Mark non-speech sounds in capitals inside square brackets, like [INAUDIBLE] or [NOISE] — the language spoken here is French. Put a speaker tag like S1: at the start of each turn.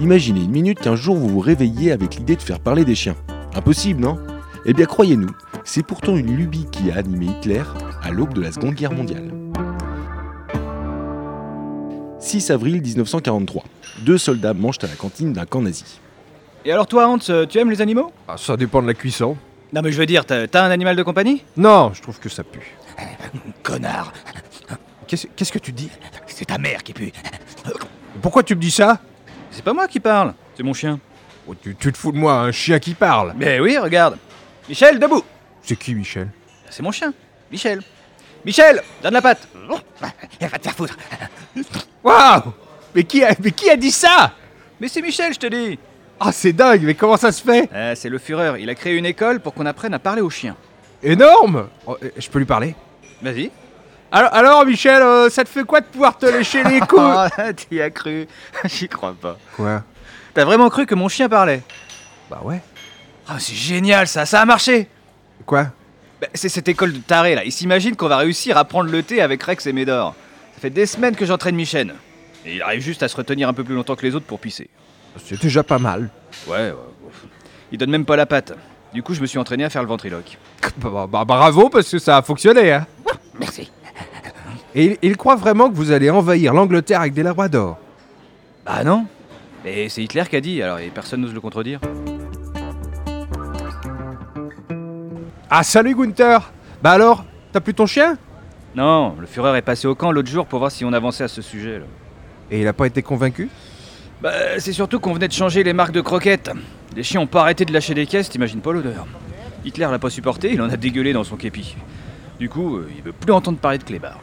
S1: Imaginez une minute qu'un jour vous vous réveillez avec l'idée de faire parler des chiens. Impossible, non Eh bien croyez-nous, c'est pourtant une lubie qui a animé Hitler à l'aube de la Seconde Guerre mondiale. 6 avril 1943. Deux soldats mangent à la cantine d'un camp nazi.
S2: Et alors toi, Hans, euh, tu aimes les animaux
S3: Ah, ça dépend de la cuisson.
S2: Non mais je veux dire, t'as t'as un animal de compagnie
S3: Non, je trouve que ça pue.
S4: Connard,
S3: Qu'est-ce qu'est-ce que tu dis
S4: c'est ta mère qui pue.
S3: Pourquoi tu me dis ça
S2: C'est pas moi qui parle, c'est mon chien.
S3: Oh, tu, tu te fous de moi, un chien qui parle.
S2: Mais Ben oui, regarde. Michel, debout
S3: C'est qui, Michel
S2: C'est mon chien, Michel. Michel, donne la patte
S4: Elle [LAUGHS] va te faire foutre.
S3: Waouh mais qui, a, mais qui a dit ça
S2: Mais c'est Michel, je te dis
S3: Ah, c'est dingue, mais comment ça se fait
S2: Ah, C'est le Führer, il a créé une école pour qu'on apprenne à parler aux chiens.
S3: Énorme Oh, euh, Je peux lui parler
S2: Vas-y.
S3: alors, alors, Michel, euh, ça te fait quoi de pouvoir te lécher
S4: [LAUGHS]
S3: les couilles
S2: Ah, [LAUGHS] t'y as cru J'y crois pas.
S3: Quoi
S2: T'as vraiment cru que mon chien parlait
S3: Bah ouais.
S2: Ah, c'est génial ça, ça a marché
S3: Quoi
S2: Bah, C'est cette école de tarés là, ils s'imaginent qu'on va réussir à prendre le thé avec Rex et Médor. Ça fait des semaines que j'entraîne Michel. Et il arrive juste à se retenir un peu plus longtemps que les autres pour pisser.
S3: C'est déjà pas mal.
S2: Ouais, ouais. ouf. Il donne même pas la patte. Du coup, je me suis entraîné à faire le ventriloque.
S3: Bah, bah, bah, bravo, parce que ça a fonctionné, hein
S4: Merci.
S3: Et il, il croit vraiment que vous allez envahir l'Angleterre avec des labradors.
S2: Bah non Mais c'est Hitler qui a dit, alors et personne n'ose le contredire.
S3: Ah, salut Gunther Bah alors, t'as plus ton chien
S2: Non, le Führer est passé au camp l'autre jour pour voir si on avançait à ce sujet là.
S3: Et il a pas été convaincu
S2: Bah, c'est surtout qu'on venait de changer les marques de croquettes. Les chiens ont pas arrêté de lâcher des caisses, t'imagines pas l'odeur. Hitler l'a pas supporté, il en a dégueulé dans son képi. Du coup, euh, il veut plus entendre parler de Clébar.